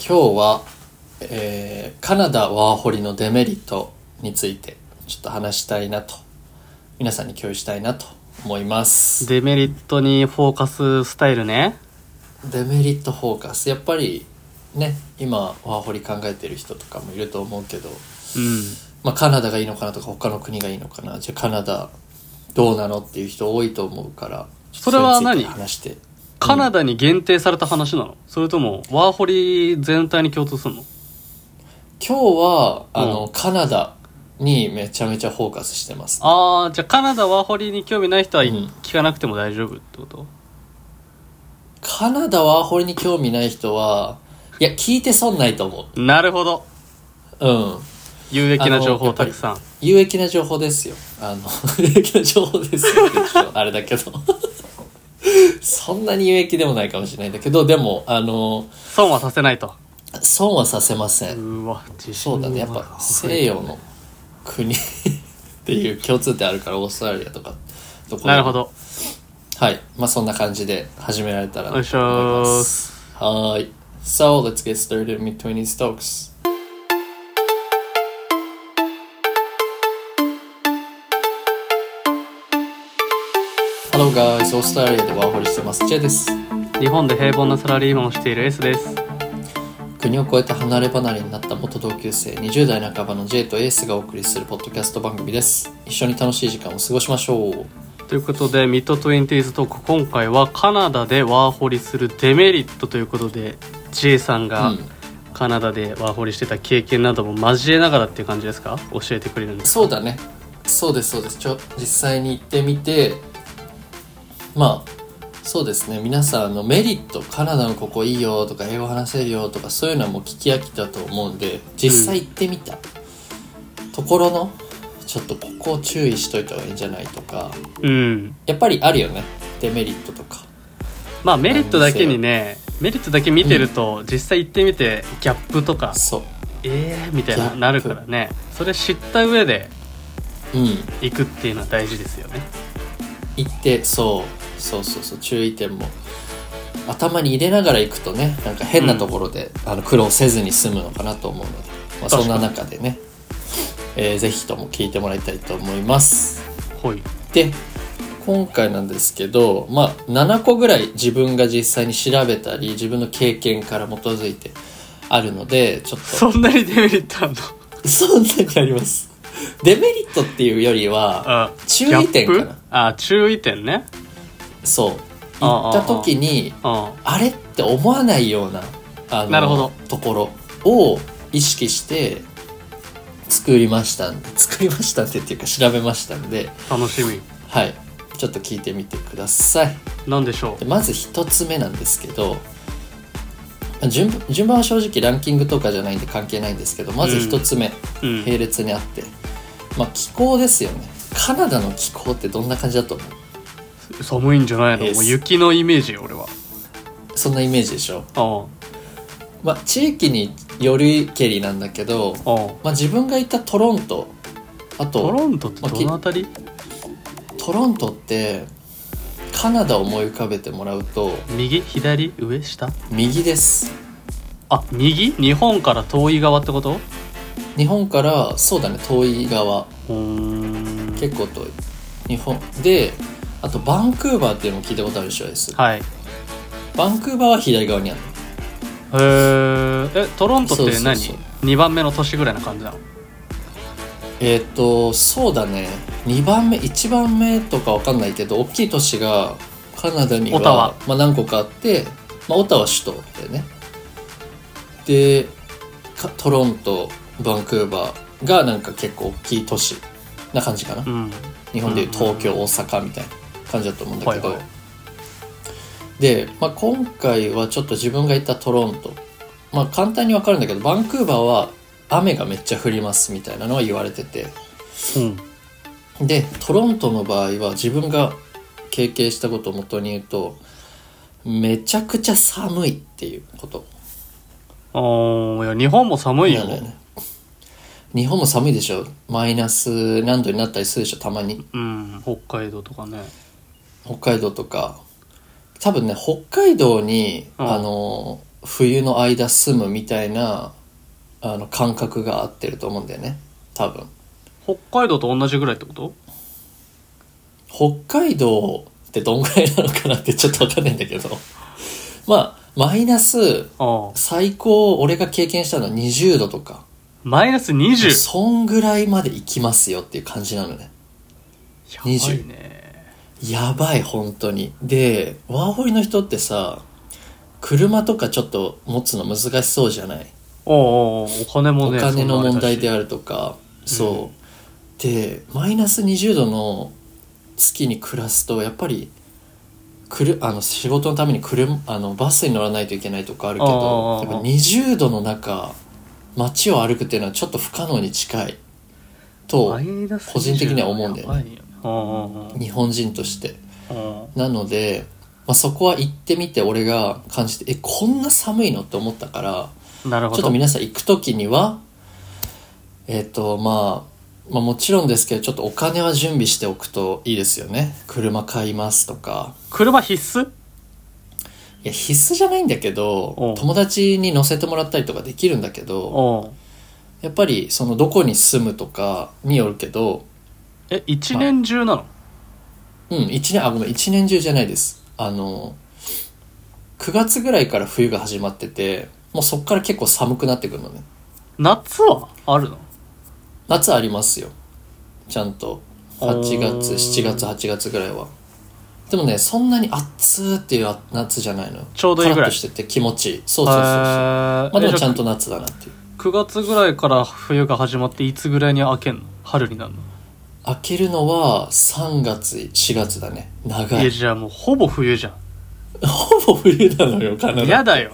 今日は、えーカナダワーホリのデメリットについてちょっと話したいなと皆さんに共有したいなと思いますデメリットにフォーカススタイルねデメリットフォーカスやっぱりね今ワーホリ考えてる人とかもいると思うけど、うんまあ、カナダがいいのかなとか他の国がいいのかなじゃあカナダどうなのっていう人多いと思うからそれは何ちょっとそれについて話してカナダに限定された話なのそれともワーホリ全体に共通するの今日はあの、うんカナダにめちゃめちゃフォーカスしてますああじゃあカナダワーホリに興味ない人はうん聞かなくても大丈夫ってこと、カナダワーホリに興味ない人はいや聞いて損ないと思なるほどううん有益な情あの報やっぱたりくさん有益な情報ですよあの 有益な情報ですよって言う とあれだけどそんなに有益でもないかもしれないんだけどでもあの損はさせないと損はさせませんうわ自信そうだねやっぱ西洋の国 っていう共通点あるからオーストラリアとかどこでもなるほどはいまあそんな感じで始められたらなお願いしますはーい So let's get started with 20 stocks ハローガイズオーストラリアでワーホリしてます J です日本で平凡なサラリーマンをしている S です国を越えて離れ離れになった元同級生20代半ばの J とエースがお送りするポッドキャスト番組です一緒に楽しい時間を過ごしましょうということでミッドトゥインティーズトーク今回はカナダでワーホリするデメリットということで J さんがうんカナダでワーホリしてた経験なども交えながらっていう感じですか教えてくれるんですそうだねそうですそうですちょ実際に行ってみてまあそうですね皆さんあのメリットカナダのここいいよとか英語話せるよとかそういうのはもう聞き飽きたと思うんで実際行ってみた、ところのちょっとここを注意しといた方がいいんじゃないとかうんやっぱりあるよねデメリットとかまあメリットだけにねメリットだけ見てると、実際行ってみてギャップとかそうええー、みたいギャッなプなるからねそれ知った上でうん行くっていうのは大事ですよね行ってそうそうそうそう注意点も頭に入れながら行くとねなんか変なところで、あの苦労せずに済むのかなと思うので、まあ、確かそにんな中でね、えーぜひとも聞いてもらいたいと思いますほいで今回なんですけど、まあ、7個ぐらい自分が実際に調べたり自分の経験から基づいてあるのでちょっとそんなにデメリットあんのそんなにありますデメリットっていうよりはあ 注意点かギャなップあ注意点ねそう行あった時にうんあれって思わないようなあのなるほどところを意識して作りましたんで作りましたんでっていうか調べましたんで楽しみはいちょっと聞いてみてくださいなんでしょでまず一つ目なんですけど順順番は正直ランキングとかじゃないんで関係ないんですけどまず一つ目、う、うん、並列にあって、まあ、気候ですよねカナダの気候ってどんな感じだと思寒いんじゃないのえーもう雪のイメージよ俺はうそんなイメージでしょ、うまあ、地域によりけりなんだけどんうんまあ、自分がいたトロントあトとロントってどのあたりトロントってカナダを思い浮かべてもらうと右左上下右ですあ右日本から遠い側ってことう日本からそうだね遠い側ーん結構遠い日本であとバンクーバーっていうのも聞いたことあるでしょですはいへバンクーバーは左側にあるーえトロントってそうそう何そう2番目の都市ぐらいな感じなのえっ、とそうだね2番目1番目とかわかんないけど大きい都市がカナダにはオタワまあ、何個かあって、まあ、オタワ首都だよねでかトロントバンクーバーがなんか結構大きい都市な感じかな、うん日本でいう東京、う大阪みたいな感じだと思うんだけど、はいはで、まあ、今回はちょっと自分が行ったトロントまあ簡単にわかるんだけどバンクーバーは雨がめっちゃ降りますみたいなのは言われててうんでトロントの場合は自分が経験したことをもとに言うとめちゃくちゃ寒いっていうことあーいや日本も寒いよなのよねね日本も寒いでしょマイナス何度になったりするでしょたまにうん北海道とかね北海道とか多分ね北海道に、うんあの冬の間住むみたいなあの感覚が合ってると思うんだよね多分北海道と同じぐらいってこと北海道ってどんぐらいなのかなってちょっとわかんないんだけどまあマイナスああ最高俺が経験したのは20度とかマイナス 20! そんぐらいまで行きますよっていう感じなのねやばいね。やばい本当にでワーホリの人ってさ車とかちょっと持つの難しそうじゃないおうおうおうお金もおね。金の問題でああるとかそう、でマイナス20度の月に暮らすとやっぱりくるあの仕事のために車あのバスに乗らないといけないとかあるけあどーやっぱ20度の中街を歩くっていうのはちょっと不可能に近いとマイナス個人的には思うんだよねね。おう日本人としておうおうなので、まあ、そこは行ってみて俺が感じてえこんな寒いのって思ったからうんなるほちょっど。と皆さん行く時にはえっ、とまあまあもちろんですけどちょっとお金は準備しておくといいですよね車買いますとか車必須いや必須じゃないんだけうどん友達に乗せてもらったりとかできるんだけどおうやっぱりそのどこに住むとかによるけどえ、一年中なのうん一年あごめん一年中じゃないですあの9月ぐらいから冬が始まっててもうそっから結構寒くなってくるのね夏はあるの夏ありますよちゃんと8月あー7月8月ぐらいはでもねそんなに暑ーっていう夏じゃないのよちょうどいいぐカラらいッとしてて気持ちいいそうそうそうそうままあでもちゃんと夏だなっていう9月ぐらいから冬が始まっていつぐらいに明けんの春になるの開けるのは3月4月だね長いやいじゃあもうほぼ冬じゃ ほぼ冬なのよカナんダやだよ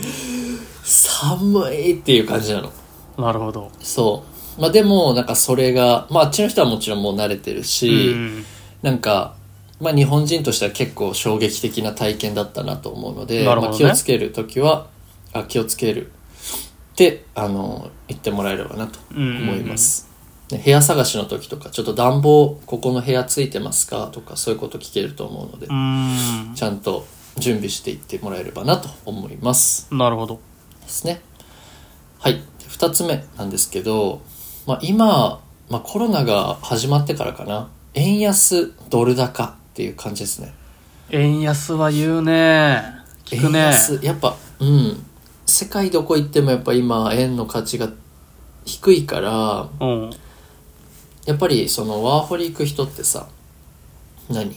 寒いっていう感じなのなるほどそうまあでもなんかそれがまああっちの人はもちろんもう慣れてるうし、んなんか、まあ、日本人としては結構衝撃的な体験だったなと思うので、なるほまどあ、ね気をつける時はあ気をつけるってあの言ってもらえればなと思います、ね部屋探しの時とかちょっと暖房ここの部屋ついてますかとかそういうこと聞けると思うので、うんちゃんと準備していってもらえればなと思いますなるほどですねはい2つ目なんですけど、まあ、今、まあ、コロナが始まってからかな円安ドル高っていう感じですね円安は言うね聞く円ね安やっぱうん世界どこ行ってもやっぱ今円の価値が低いからうんやっぱりそのワーホリ行く人ってさ何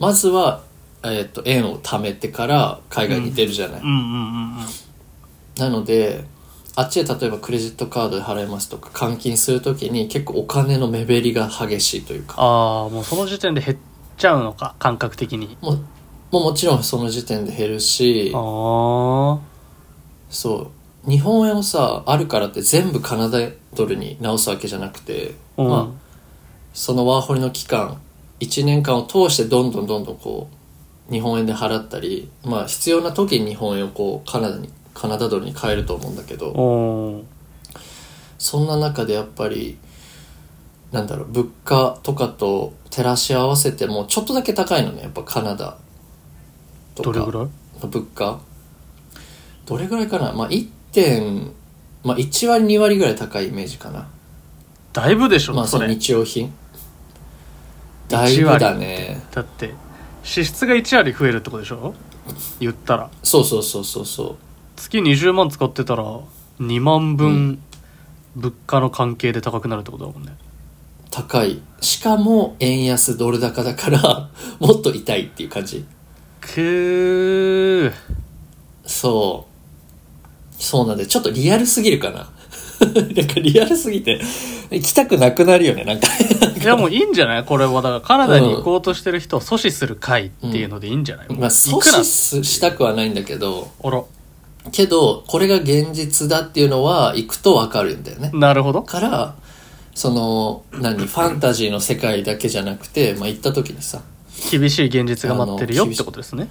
まずは、えっと円を貯めてから海外に出るじゃない、うんうんうんうんなのであっちで例えばクレジットカードで払いますとか換金するときに結構お金の目減りが激しいというかああもうその時点で減っちゃうのか感覚的にもうもうもちろんその時点で減るしああそう日本円をさあるからって全部カナダドルに直すわけじゃなくて、うん、まあ、そのワーホリの期間1年間を通してどんどんどんどんこう日本円で払ったり、まあ、必要な時に日本円をこうカナダにカナダドルに変えると思うんだけどうんそんな中でやっぱりなんだろう物価とかと照らし合わせてもちょっとだけ高いのねやっぱカナダとどれぐからいの物価どれぐらいかなまあ1点、まあ、1割2割ぐらい高いイメージかなだいぶでしょ、まあそそのれ日用品だいぶだねだって支出が1割増えるってことでしょ言ったらそうそうそうそうそう月20万使ってたら2万分物価の関係で高くなるってことだもんね、高いしかも円安ドル高だから もっと痛いっていう感じくーそうそうなんでちょっとリアルすぎるかな なんかリアルすぎて行きたくなくなるよねなんか いやもういいんじゃないこれはだからカナダに行こうとしてる人を阻止する会っていうのでいいんじゃない、もうまあ阻行くな止すしたくはないんだけどあらけどこれが現実だっていうのは行くとわかるんだよねなるほどからその何ファンタジーの世界だけじゃなくて、まあ、行った時にさ厳しい現実が待ってるよってことですね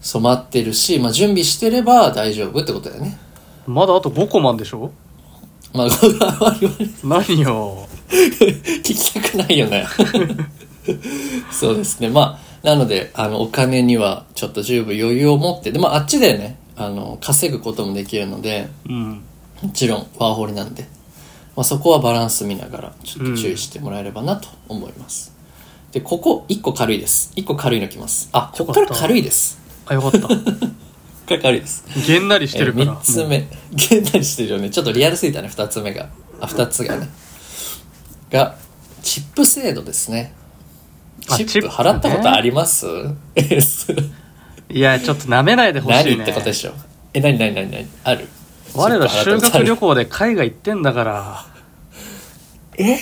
染まってるし、まあ、準備してれば大丈夫ってことだよねまだあと5個マンでしょまあ、 これはあんまり何よ 聞きたくないよね。 そうですね。まあ、なので、あの、お金にはちょっと十分余裕を持って、で、まあ、あっちでね、あの稼ぐこともできるのでうんもちろんワーホリなんで、まあ、そこはバランス見ながらちょっと注意してもらえればなと思います、でここ1個軽いです1個軽いのきますあここからよかった軽いですあよかったここから軽いですげんなりしてるからえー、3つ目現代してるよねちょっとリアルすぎたね2つ目があ2つがねがチップ制度ですねあチチッッププね払ったことあります、えそれいやちょっとなめないでほしいね何ってことでしょえ何何何何ある我らチップ払修ったことあ学る旅行で海外行ってんだからえ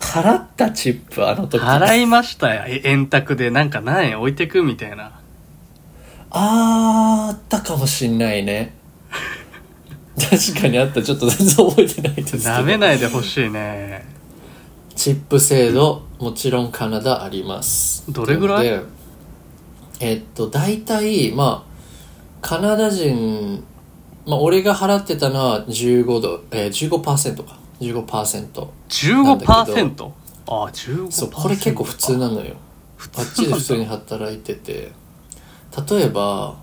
払ったチップあの時払いましたよえ円卓でなんか何円置いてくみたいなあーあったかもしんないね確かにあったちょっと全然覚えてないですけどなめないでほしいねチップ制度もちろんカナダありますどれぐらいなのでえっと大体まあカナダ人まあ俺が払ってたのは15ド、えー、15%か15%なんだけ15%あ15%そうこれ結構普通なのよあっちで普通に働いてて例えば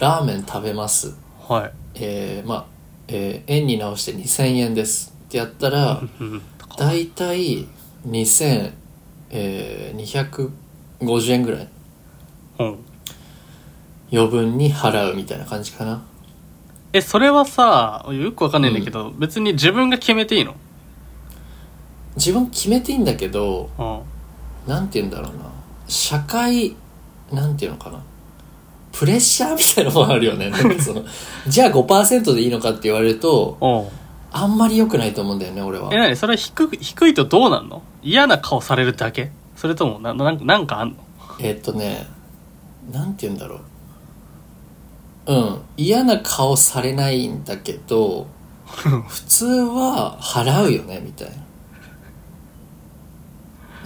ラーメン食べますはいえーまあ、えー円に直して2000円ですってやったらうん大体2250円ぐらいうん余分に払うみたいな感じかなえそれはさよくわかんないんだけど、別に自分が決めていいの自分決めていいんだけどうんなんて言うんだろうな社会なんて言うのかなプレッシャーみたいなのもあるよねなんかそのじゃあ5%でいいのかって言われるとうんあんまり良くないと思うんだよね俺はえ何それは低く低いとどうなんの嫌な顔されるだけそれともななんかなんかあんのえっとねなんて言うんだろううん嫌な顔されないんだけ ど普通は払うよねみたいな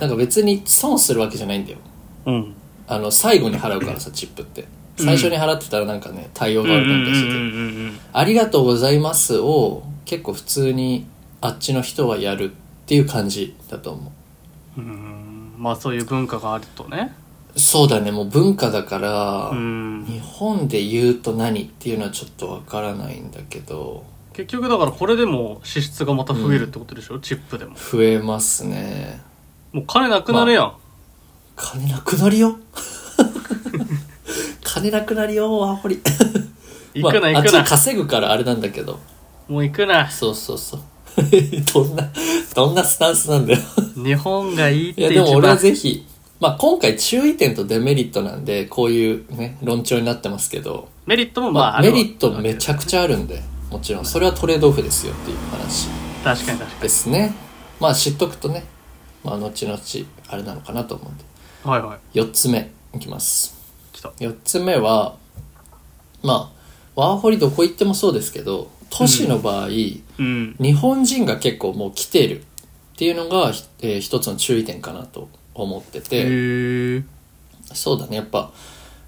なんか別に損するわけじゃないんだようんあの最後に払うから さチップって最初に払ってたらなんかね対応が悪かったりしてて、うんうんうんうんありがとうございますを結構普通にあっちの人はやるっていう感じだと思ううんうんまあそういう文化があるとねそうだねもう文化だから、うん日本で言うと何っていうのはちょっとわからないんだけど結局だからこれでも支出がまた増えるってことでしょ、チップでも増えますねもう金なくなるやん、金なくなり よ金なくなりよワーホリ行くなまあ、あ行っくちな、で稼ぐからあれなんだけどもう行くなそうそうそう どんなどんなスタンスなんだよ日本がいいっいやてでも一俺は番ぜひまあ今回注意点とデメリットなんでこういうね論調になってますけど、メリットもままああ、あるメわリットめちゃくちゃあるんでもちろんそれはトレードオフですよっていう話確かに確かですねまあ知っとくとね、まあ、後々あれなのかなと思うんでにはいはい4つ目いきます来た4つ目はまあワーホリどこ行ってもそうですけど都市の場合、うん日本人が結構もう来てるっていうのが、ひえー一つの注意点かなと思ってへて、えそうだねやっぱ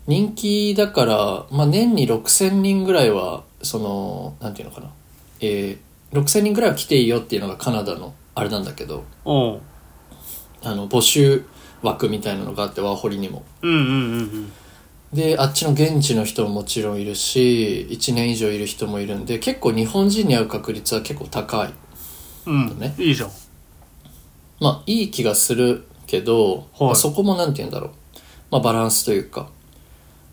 人気だから、まあ、年に6,000人ぐらいはそのなんていうのかな、えー、6,000人ぐらいは来ていいよっていうのがカナダのあれなんだけどおうあの募集枠みたいなのがあってワーホリにもうんうんうんであっちの現地の人ももちろんいるし1年以上いる人もいるんで結構日本人に会う確率は結構高いうんだうん、ねいいじゃんまあいい気がするけど、はいまあそこもなんて言うんだろう、まあ、バランスというか、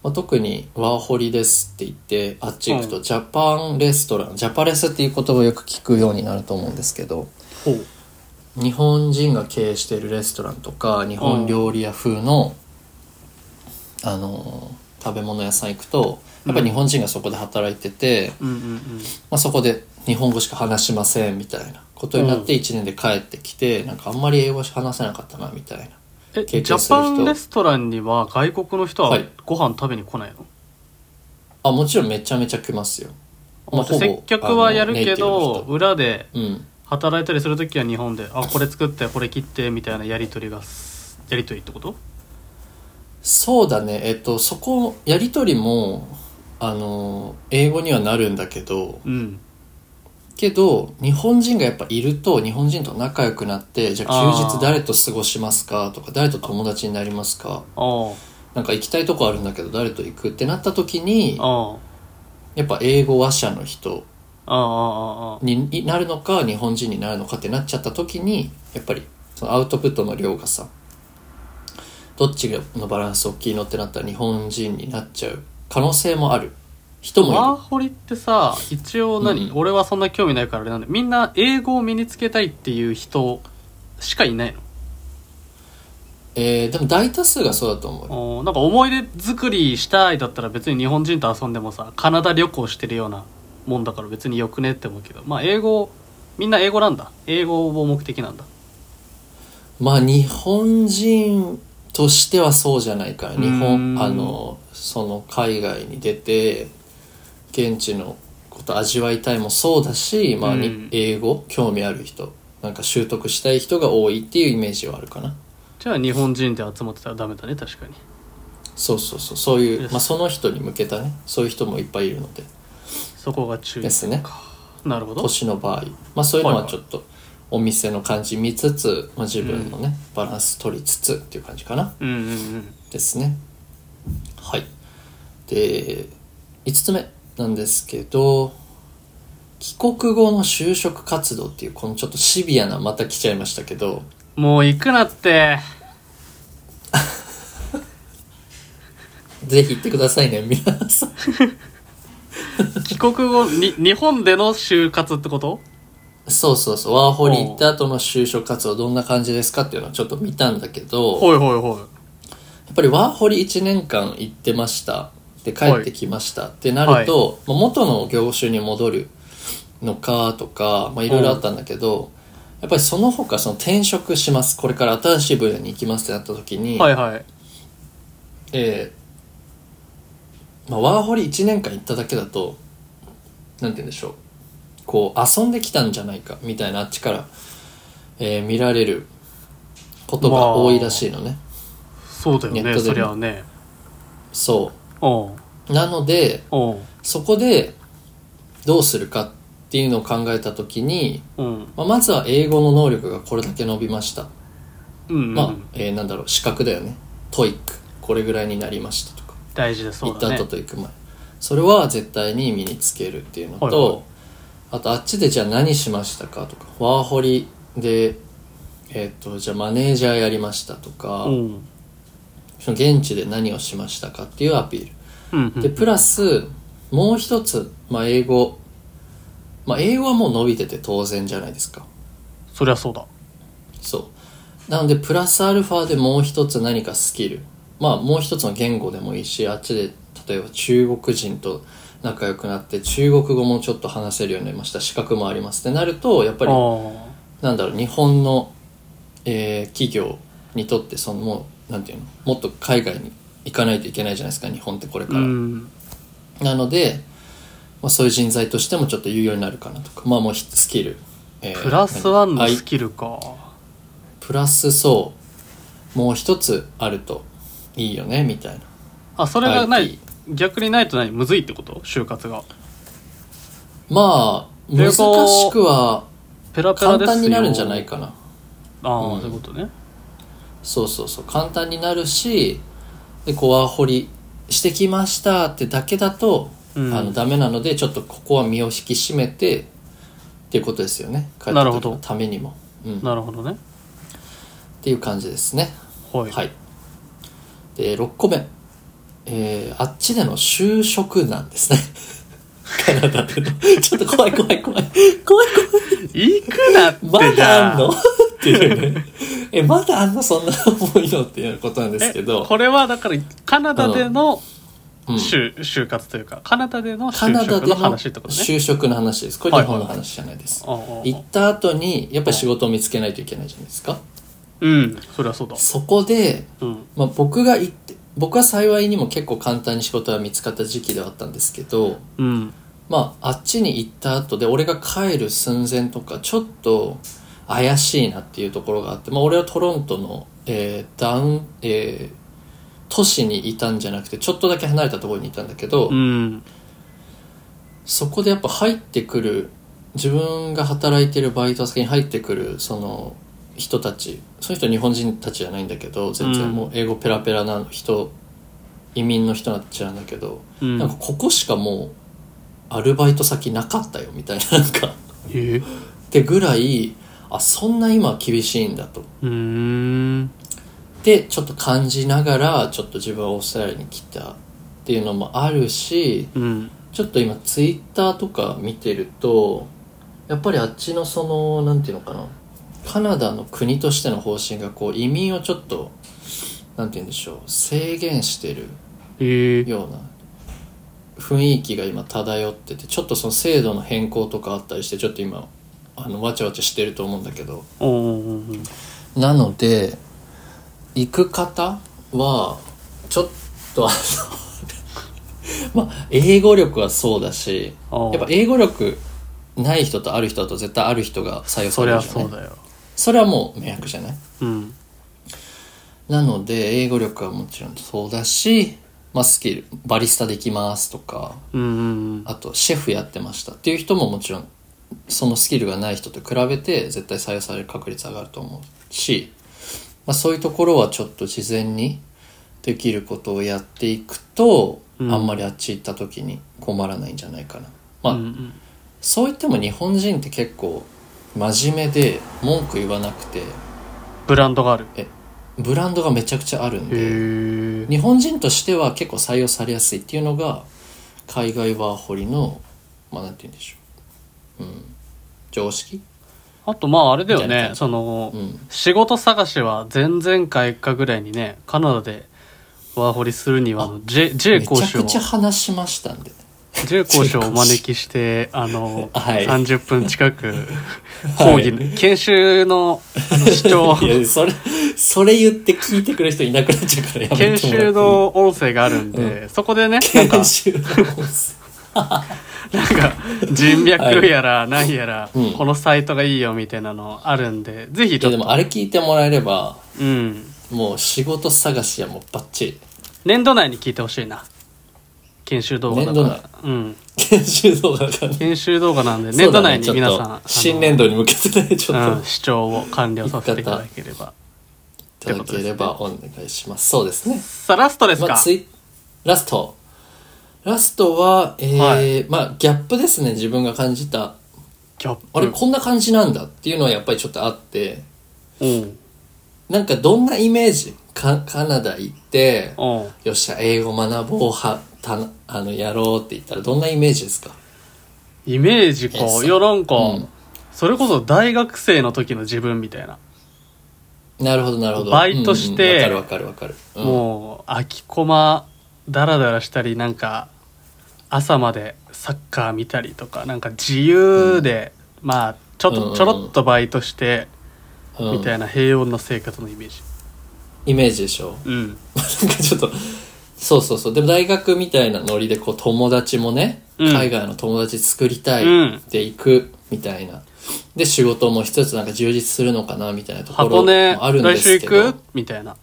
まあ、特にワーホリですって言ってあっち行くうとジャパンレストラン、ジャパレスっていう言葉をよく聞くようになると思うんですけどほう日本人が経営しているレストランとか日本料理屋風の、あのー食べ物屋さん行くとやっぱり日本人がそこで働いてて、うんうんうんまあ、そこで日本語しか話しませんみたいなことになって1年で帰ってきて、なんかあんまり英語しか話せなかったなみたいなえジ経験ャするパ人ンレストランには外国の人ははいご飯食べに来ないの、あもちろんめちゃめちゃ来ますよ、まあ、ほぼ接客はやるけどあの裏でネイティブの人うん働いたりする時は日本であこれ作ってこれ切ってみたいなやり取りがすやり取りってことそうだねえっとそこやり取りもあの英語にはなるんだけどうんけど日本人がやっぱいると日本人と仲良くなってじゃああ休ー日誰と過ごしますかとか誰と友達になりますかああなんか行きたいとこあるんだけど誰と行くってなった時にああやっぱ英語話者の人あああにになるのか日本人になるのかってなっちゃった時にやっぱりそのアウトプットの量がさどっちのバランス大きいのってなったら日本人になっちゃう可能性もある人もいるワーホリってさ一応何、う俺はそんな興味ないからあれなんでみんな英語を身につけたいっていう人しかいないのえーでも大多数がそうだと思うおーなんか思い出作りしたいだったら別に日本人と遊んでもさカナダ旅行してるようなもんだから別によくねって思うけどまあ英語みんな英語なんだ英語を目的なんだまあ日本人としてはそうじゃないから日う本んあのその海外に出て現地のこと味わいたいもそうだし、まあ、にうん英語興味ある人なんか習得したい人が多いっていうイメージはあるかなじゃあ日本人で集まってたらダメだね確かにそうそうそうそうい Yes. う、まあ、その人に向けたねそういう人もいっぱいいるのでそこが注意ですねなるほど年の場合、まあ、そういうのはいははいちょっとお店の感じ見つつ、まあ、自分のね、バランス取りつつっていう感じかなうんうんうんですねはいで5つ目なんですけど帰国後の就職活動っていうこのちょっとシビアなまた来ちゃいましたけどもう行くなってぜひ行ってくださいね皆さん帰国後 に日本での就活ってことそうそうそうワーホリ行った後の就職活動どんな感じですかっていうのをちょっと見たんだけどやほいほいほっぱりワーホリ1年間行ってましたで帰ってきましたってなると、まあ元の業種に戻るのかとかまあいろいろあったんだけど、やっぱりその他その転職しますこれから新しい分野に行きますってなった時に、いはいはいえーまあ、ワーホリ1年間行っただけだとなんて言うんでしょうこう遊んできたんじゃないかみたいなあっちから、えー見られることが多いらしいのね、そうだよネッねトでそねりゃあねそうんうなのでうんそこでどうするかっていうのを考えた時に、うんまあ、まずは英語の能力がこれだけ伸びましたうん、まうあん、、えーなんだろう資格だよね TOEIC これぐらいになりましたとか大事だそ行うっただね後と行く前それは絶対に身につけるっていうのと、はいはいあとあっちでじゃあ何しましたかとかワーホリでえっ、とじゃあマネージャーやりましたとか、うんその現地で何をしましたかっていうアピールうんうんでプラスもう一つ、まあ、英語、まあ、英語はもう伸びてて当然じゃないですかそりゃそうだそうなのでプラスアルファでもう一つ何かスキルまあもう一つの言語でもいいしあっちで例えば中国人と仲良くなって中国語もちょっと話せるようになりました資格もありますってなるとやっぱりあーなんだろう日本の、えー企業にとってそのもうなんていうのもっと海外に行かないといけないじゃないですか日本ってこれかうら、んなので、まあ、そういう人材としてもちょっと有用になるかなとかまあもうひスキル、えープラスワンのはいスキルか、プラスそうもう一つあるといいよねみたいなあそれがない IT 逆にないと何むずいってこと就活がまあ英難し語くはペラペラ簡ですよ単になるんじゃないかなああ、うんそういうことねそうそうそう簡単になるしでこうワーホリしてきましたってだけだと、うんあのダメなのでちょっとここは身を引き締めてっていうことですよね帰ってなるくほるどのためにも、うん、っなるほどねていう感じですねはい、はいで6個目えー、あっちでの就職なんですね カナダでのちょっと怖い怖い怖い怖い行くなって怖いまじゃだあんのっていうねえまだあんのそんな重いのっていうことなんですけえどこれはだからカナダでのうん就,、就活というかカナダでのカ就ナダ職でのの話ってことね就職の話ですこれはい日はい本の話じゃないです、ああ行った後にやっぱり仕事を見つけないといけないじゃないですかうんそりゃそうだそこで、うんまあ、僕が行って僕は幸いにも結構簡単に仕事が見つかった時期ではあったんですけど、うんまあ、あっちに行った後で俺が帰る寸前とかちょっと怪しいなっていうところがあって、まあ、俺はトロントの、えーダウン、えー都市にいたんじゃなくてちょっとだけ離れたところにいたんだけど、うんそこでやっぱ入ってくる自分が働いてるバイト先に入ってくるその人たちその人は日本人たちじゃないんだけど全うん然もう英語ペラペラな人移民の人たちなんだけど、うんなんかここしかもうアルバイト先なかったよみたいななん かっええてぐらいあそんな今厳しいんだとうーんでちょっと感じながらちょっと自分はオーストラリアに来たっていうのもあるしうんちょっと今ツイッターとか見てるとやっぱりあっちのそのなんていうのかなカナダの国としての方針がこう移民をちょっとなんて言うんでしょう制限してるええような雰囲気が今漂っててちょっとその制度の変更とかあったりしてちょっと今あのわちゃわちゃしてると思うんだけどおうんうんうんなので行く方はちょっとあの まあ英語力はそうだしあーやっぱ英語力ない人とある人だと絶対ある人が採用さそれりるゃじゃなそいうだよそれはもう迷惑じゃないうんなので英語力はもちろんそうだし、まあ、スキルバリスタできますとかうんうんあとシェフやってましたっていう人ももちろんそのスキルがない人と比べて絶対採用される確率上がると思うし、まあ、そういうところはちょっと事前にできることをやっていくと、うんあんまりあっち行った時に困らないんじゃないかな。まうあ、んうんそう言っても日本人って結構真面目で文句言わなくてブランドがあるえブランドがめちゃくちゃあるんでへえ日本人としては結構採用されやすいっていうのが海外ワーホリのまあなんて言うんでしょう、うん、常識あとまああれだよみたいなね感じその、うん仕事探しは前々回かぐらいにねカナダでワーホリするにはあの J, め J 講ちゃ師をくちゃ話しましたんで J 講師をお招きしてあの、はい30分 近く講義、研修のあの視聴 いやそれそれ言って聞いてくれる人いなくなっちゃうからやめてもら研っていい修の音声があるんで、そこでねなんか研修のなんか人脈やら何やら、うんこのサイトがいいよみたいなのあるんでぜひいちょやでっともあれ聞いてもらえればうんもう仕事探しはもうバッチリ年度内に聞いてほしいな研修動画だ年度から、うん、研修動画がね研修動画なんで年度内にそうだね皆ちょっさん、とあの新年度に向けてねちょっと、うん、視聴を完了させていただければいただければお願いします。そうですね。さあラストですか、まあ、ツイラスト。ラストは、えーはまあ、ギャップですね、自分が感じた。ギャップあれ、こんな感じなんだっていうのはやっぱりちょっとあって、うんなんかどんなイメージかカナダ行って、うんよっしゃ、英語学ぼうは、たなあの、やろうって言ったらどんなイメージですかイメージかえそういやなんか、うんそれこそ大学生の時の自分みたいな、なるほど、なるほど。バイトしてうんうんわ、かるわかるわかる。うんもう空き駒ダラダラしたりなんか朝までサッカー見たりとかなんか自由で、まあちょっうんうんうとんちょろっとバイトして、うんみたいな平穏な生活のイメージイメージでしょうんなんかちょっと、そうそうそう。でも大学みたいなノリで、こう友達もね、うん海外の友達作りたいうんって行くみたいな。で、仕事も一つなんか充実するのかなみたいなところ箱も根あるんで来週す行けどく。みたいな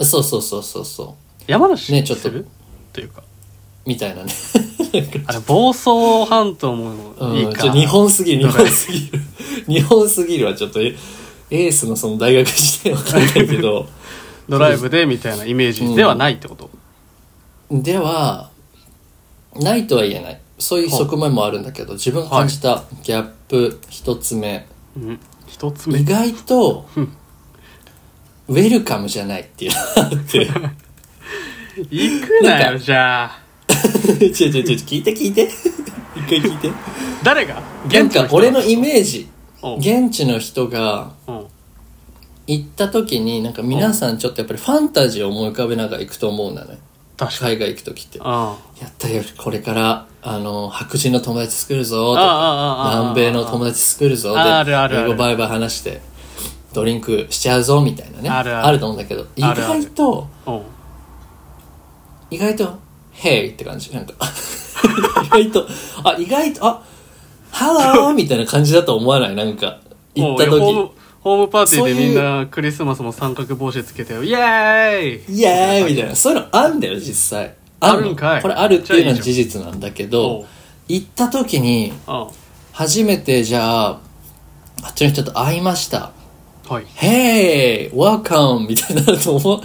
そうそうそうそうそう。山梨ねちょっとするというかみたい なね。あれ房総半島もいいうん、か、ちょ日本すぎる、日本すぎる。日本すぎるはちょっと、えエースのその大学時点わかんないけど。ドライブでみたいなイメージではないってこと、ではないとは言えないそういう側面もあるんだけど自分が感じたギャップ一つ目、うん、一 つ目意外とウェルカムじゃないっていうのがあ って行くななんよかじゃあちょちょちょ聞いて聞いて一回聞いて誰がなん現地の人か俺のイメージおう現地の人がうん行った時になんか皆さんちょっとやっぱりファンタジーを思い浮かべながら行くと思うのね確かに海外行く時ってああやったよこれからあの白人の友達作るぞとああかああああ南米の友達作るぞであるあるある英語バイバイ話してドリンクしちゃうぞみたいなねあるあると思うんだけど意あるある外とおう意外と「Hey」って感じなんか 意外とあ意外とあハローみたいな感じだと思わないなんか行ったおういやホー時ムホームパーティーでそういうみんなクリスマスも三角帽子つけてイエーイイエーイみたいなそういうのあんだよ実際あのるんかいこれあるっていうのは事実なんだけおうど行った時にあ初めてじゃああっちの人と会いましたあはい Hey! Welcome! みたいになると思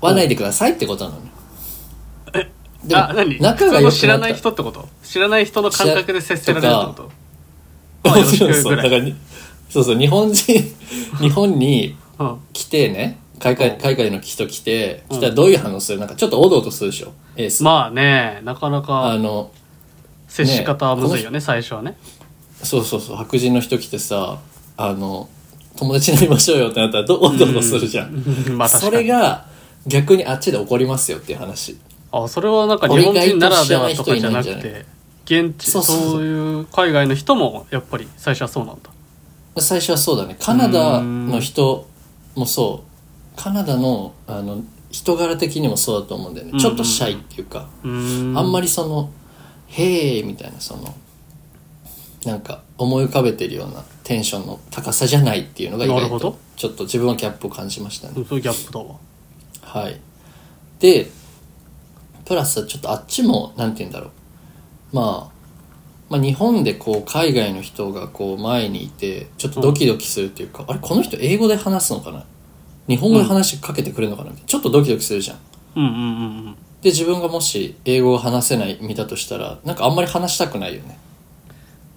わないでくださいってことなのよ。であも何仲が良くなったその知らない人ってこと知らない人の感覚で接せられるってことまあもよろちしくろんぐらいそうだからにそうそう日本 人日本にうん来てね海うん外海外の人来てうん来たらどういう反応するなんかちょっとおどおどするでしょエース、まあねなかなあかの接し方はむずいよね最初 はねそうそうそう白人の人来てさあの友達になりましょうよってなったらどうおどおどするじゃん、うんまあ確そかれにが逆にあっちで怒りますよっていう話あそれはなんか日本人ならではとかじゃ俺が意なく図してなて現地そうそうそうそういう海外の人もやっぱり最初はそうなんだ最初はそうだねカナダの人もそうカナダのあの人柄的にもそうだと思うんだよね、うんちょっとシャイっていうか、うーんあんまりその「へえ」みたいなそのなんか思い浮かべてるようなテンションの高さじゃないっていうのが意なる外ほどとちょっと自分はギャップを感じましたね、うんそういうギャップだわはいでプラスちょっとあっちもなんて言うんだろう、まあ、まあ日本でこう海外の人がこう前にいてちょっとドキドキするっていうか、あれこの人英語で話すのかな日本語で話しかけてくれるのかなみたいなちょっとドキドキするじゃんうんうんうんうんで自分がもし英語を話せない身だとしたらなんかあんまり話したくないよね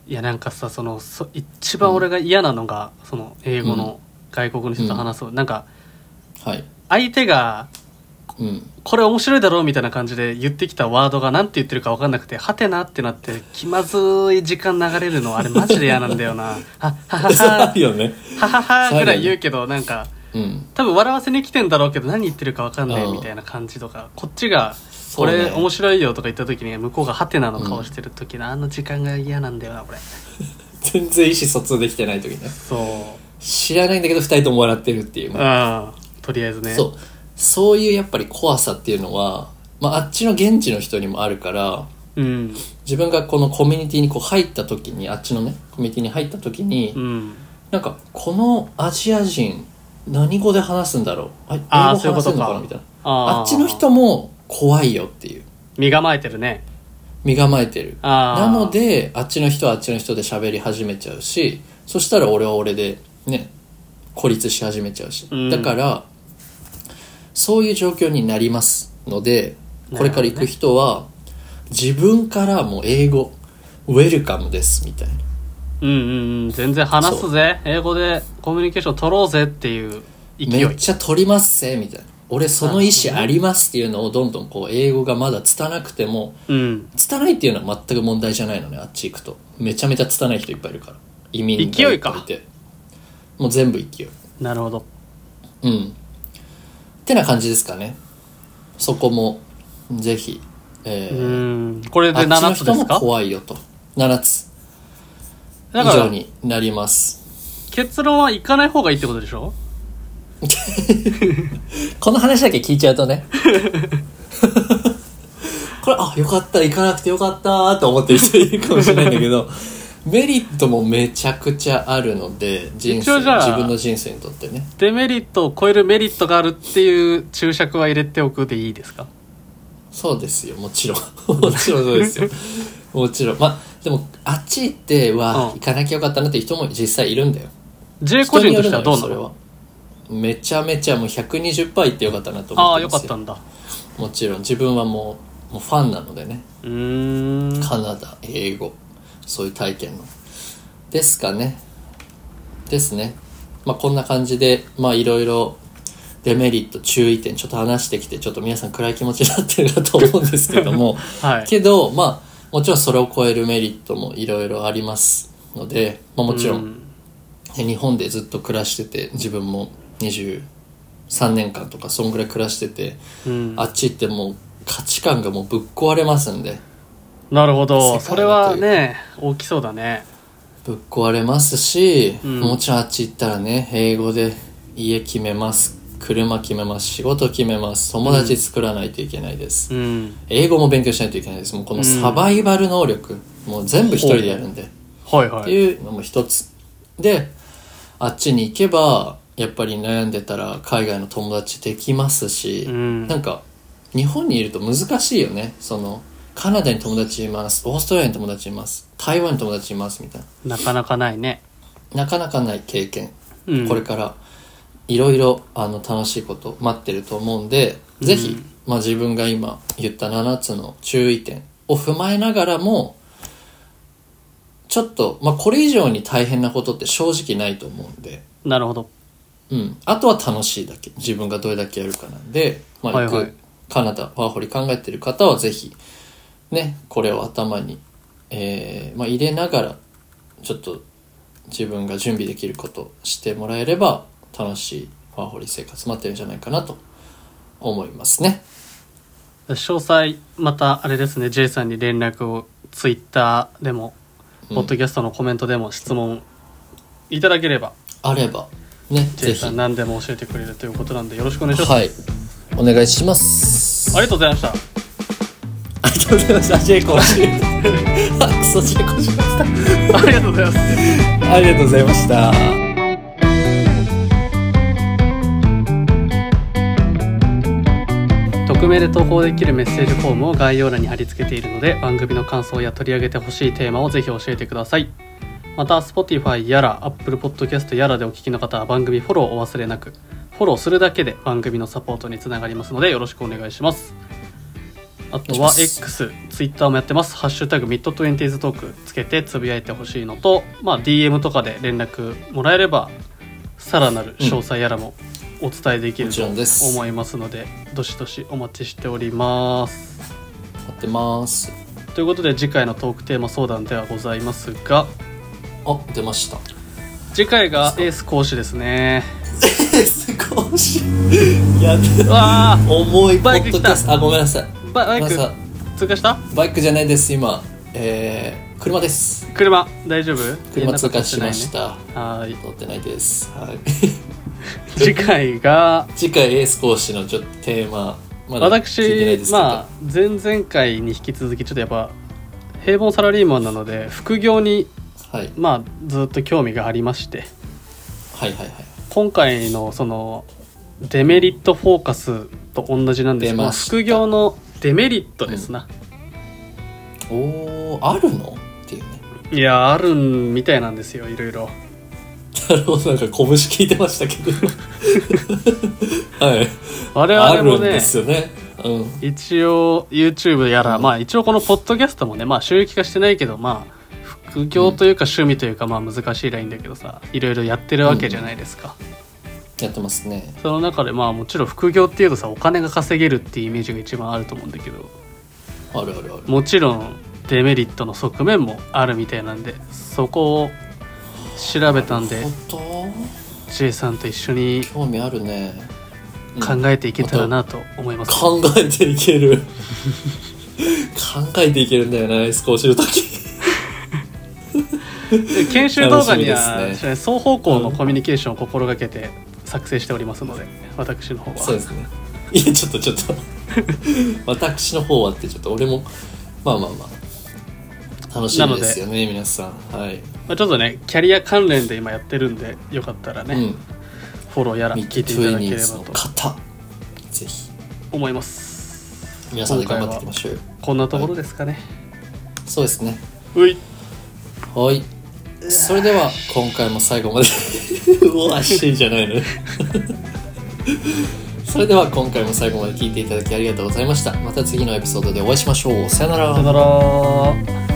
いやなんかさそのそ一番俺が嫌なのが、その英語の外国の人と話す、なんかはい相手が うんこれ面白いだろうみたいな感じで言ってきたワードが何て言ってるか分かんなくてハテナってなって気まずい時間流れるのあれマジで嫌なんだよなあははあはるよねはははぐらい言うけどなんかうん多分笑わせに来てんだろうけど何言ってるか分かんないうんみたいな感じとかこっちが「こうねれ面白いよ」とか言った時に向こうがハテナの顔してる時のあの時間が嫌なんだよな俺 全然意思疎通できてない時ねそう知らないんだけど二人とも笑ってるっていうねうんとりあえずねそうそういうやっぱり怖さっていうのは、まあ、あっちの現地の人にもあるからうん自分がこのコミュニティにこう入った時にあっちのねコミュニティに入った時に、うんなんかこのアジア人何語で話すんだろうああー英語話せるのかそなういみうこたいなあーあっちの人も怖いよっていう身構えてるね身構えてるあなーのであっちの人はあっちの人で喋り始めちゃうしそしたら俺は俺でね孤立し始めちゃうし、うんだからそういう状況になりますのでこれから行く人は、自分からもう英語「ウェルカムです」みたいなうんうんうん全然話すぜ英語でコミュニケーション取ろうぜっていう勢めいっちゃ取りますせみたいな俺その意思ありますっていうのをどんどんこう英語がまだ拙くてもうん拙いっていうのは全く問題じゃないのねあっち行くとめちゃめちゃ拙い人いっぱいいるから移民が勢いいっぱいいかてもう全部勢いなるほどうんってな感じですかねそこもぜひ、えうーんこれであっちの7つで人すもか怖いよと7つ以だか上らになります結論は行かない方がいいってことでしょこの話だけ聞いちゃうと ねこれあよかった行かなくてよかったって思ってる人いるかもしれないんだけどメリットもめちゃくちゃあるので人一応生じゃあ自分の人生にとってねデメリットを超えるメリットがあるっていう注釈は入れておくでいいですかそうですよもちろんもちろんそうですよもちろんまあでもあっち行ってうわ、うん行かなきゃよかったなって人も実際いるんだよ J 個人に人よとるのよしてはどうなそれのはめちゃめちゃもう120%行ってよかったなと思っああてよますかったんだたもちろん自分はもうもうファンなのでねうーんカナダ英語そういう体験のですかねですねまあこんな感じでまあいろいろデメリット注意点ちょっと話してきてちょっと皆さん暗い気持ちになってるかと思うんですけど もはいけどまあもちろんそれを超えるメリットもいろいろありますので、まあ、もちろん、うん日本でずっと暮らしてて自分も23年間とかそんぐらい暮らしてて、うんあっち行ってもう価値観がもうぶっ壊れますんでなるほど世界のそれはね大きそうだねぶっ壊れますし、うんもちろんあっち行ったらね英語で家決めます車決めます仕事決めます友達作らないといけないです、うん英語も勉強しないといけないですもうこうんのサバイバル能力、もう全部一人でやるんで、はいっはていいうのも一つであっちに行けばやっぱり悩んでたら海外の友達できますし、うんなんか日本にいると難しいよねそのカナダに友達いますオーストラリアに友達います台湾に友達いますみたいなかなかないねななかなかない経験、うんこれからいろいろあの楽しいこと待ってると思うんで、ぜひまあ、自分が今言った7つの注意点を踏まえながらもちょっと、まあ、これ以上に大変なことって正直ないと思うんで、なるほどうん、あとは楽しいだけ自分がどれだけやるかなんで、まあ、はい行はいくカナダワーホリ考えてる方はぜひねこれを頭に、えーまあ、入れながらちょっと自分が準備できることしてもらえれば楽しいワーホリ生活待ってるんじゃないかなと思いますね。詳細またあれですね J さんに連絡をツイッターでもうんポッドキャストのコメントでも質問いただければ、あればね J ぜひさん何でも教えてくれるということなんでよろしくお願いします、はいお願いします。ありがとうございましたありがとうございました。ジェイコ し。あクソジェイコしました。ありがとうございますありがとうございました。匿名で投稿できるメッセージフォームを概要欄に貼り付けているので番組の感想や取り上げてほしいテーマをぜひ教えてくださいまた Spotify やら Apple Podcast やらでお聞きの方は番組フォローをお忘れなくフォローするだけで番組のサポートにつながりますのでよろしくお願いしますあとはお願いし X、Twitter もやってます。ハッシュタグミッドトゥエンティーズトークつけてつぶやいてほしいのと、まあ DM とかで連絡もらえれば、さらなる詳細やらもお伝えできるもとちろんです思いますのでどしどしお待ちしております待ってますということで次回のトークテーマ相談ではございますがあ出ま した次回がエース講師ですね少しやうだわ重いポバイックド来キャたストあごめんなさいーババイごめクんなさ通過したいバイクじゃないです今えー、車です車大丈夫家の車中通過しま通っしてた、ないねはーい通ってないですはい 次回が次回エース講師のちょっとテーマ まだ聞いてない私ですけどまあ前々回に引き続きちょっとやっぱ平凡サラリーマンなので副業にはい、まあずっと興味がありましてはいはいはい今回のそのデメリットフォーカスと同じなんですけ出どました副業のデメリットですな、おーあるのっていうねいやあるんみたいなんですよいろいろなるほどなんか拳聞いてましたけど はい我あ々るもんでねすよねうん一応 YouTube やら、まあ一応このポッドキャストもねまあ収益化してないけどまあ副業というか趣味というかまあ難しいラインだけどさいろいろやってるわけじゃないですか、やってますねその中でまあもちろん副業っていうとさお金が稼げるっていうイメージが一番あると思うんだけどあるあるあるもちろんデメリットの側面もあるみたいなんでそこを調べたんでなるほ J さんと一緒にど興味あるねうん考えていけたらなと思います、考えていける考えていけるんだよね少しの時で研修動画に楽しみは、です双方向のコミュニケーションを心がけて作成しておりますので私の方そうはですねいやちょっとちょっと私の方はってちょっと俺もまあまあまあ楽しみですよね皆さんはい、まあ、ちょっとねキャリア関連で今やってるんでよかったらね、うんフォローやらミッ聞キいていただければのと方ぜひ思います皆さんで頑張っていきましょうよこんなところですかね、そうですねういはいうわそれでは今回も最後までうわしてんじゃないのそれでは今回も最後まで聞いていただきありがとうございましたまた次のエピソードでお会いしましょうさよならさよなら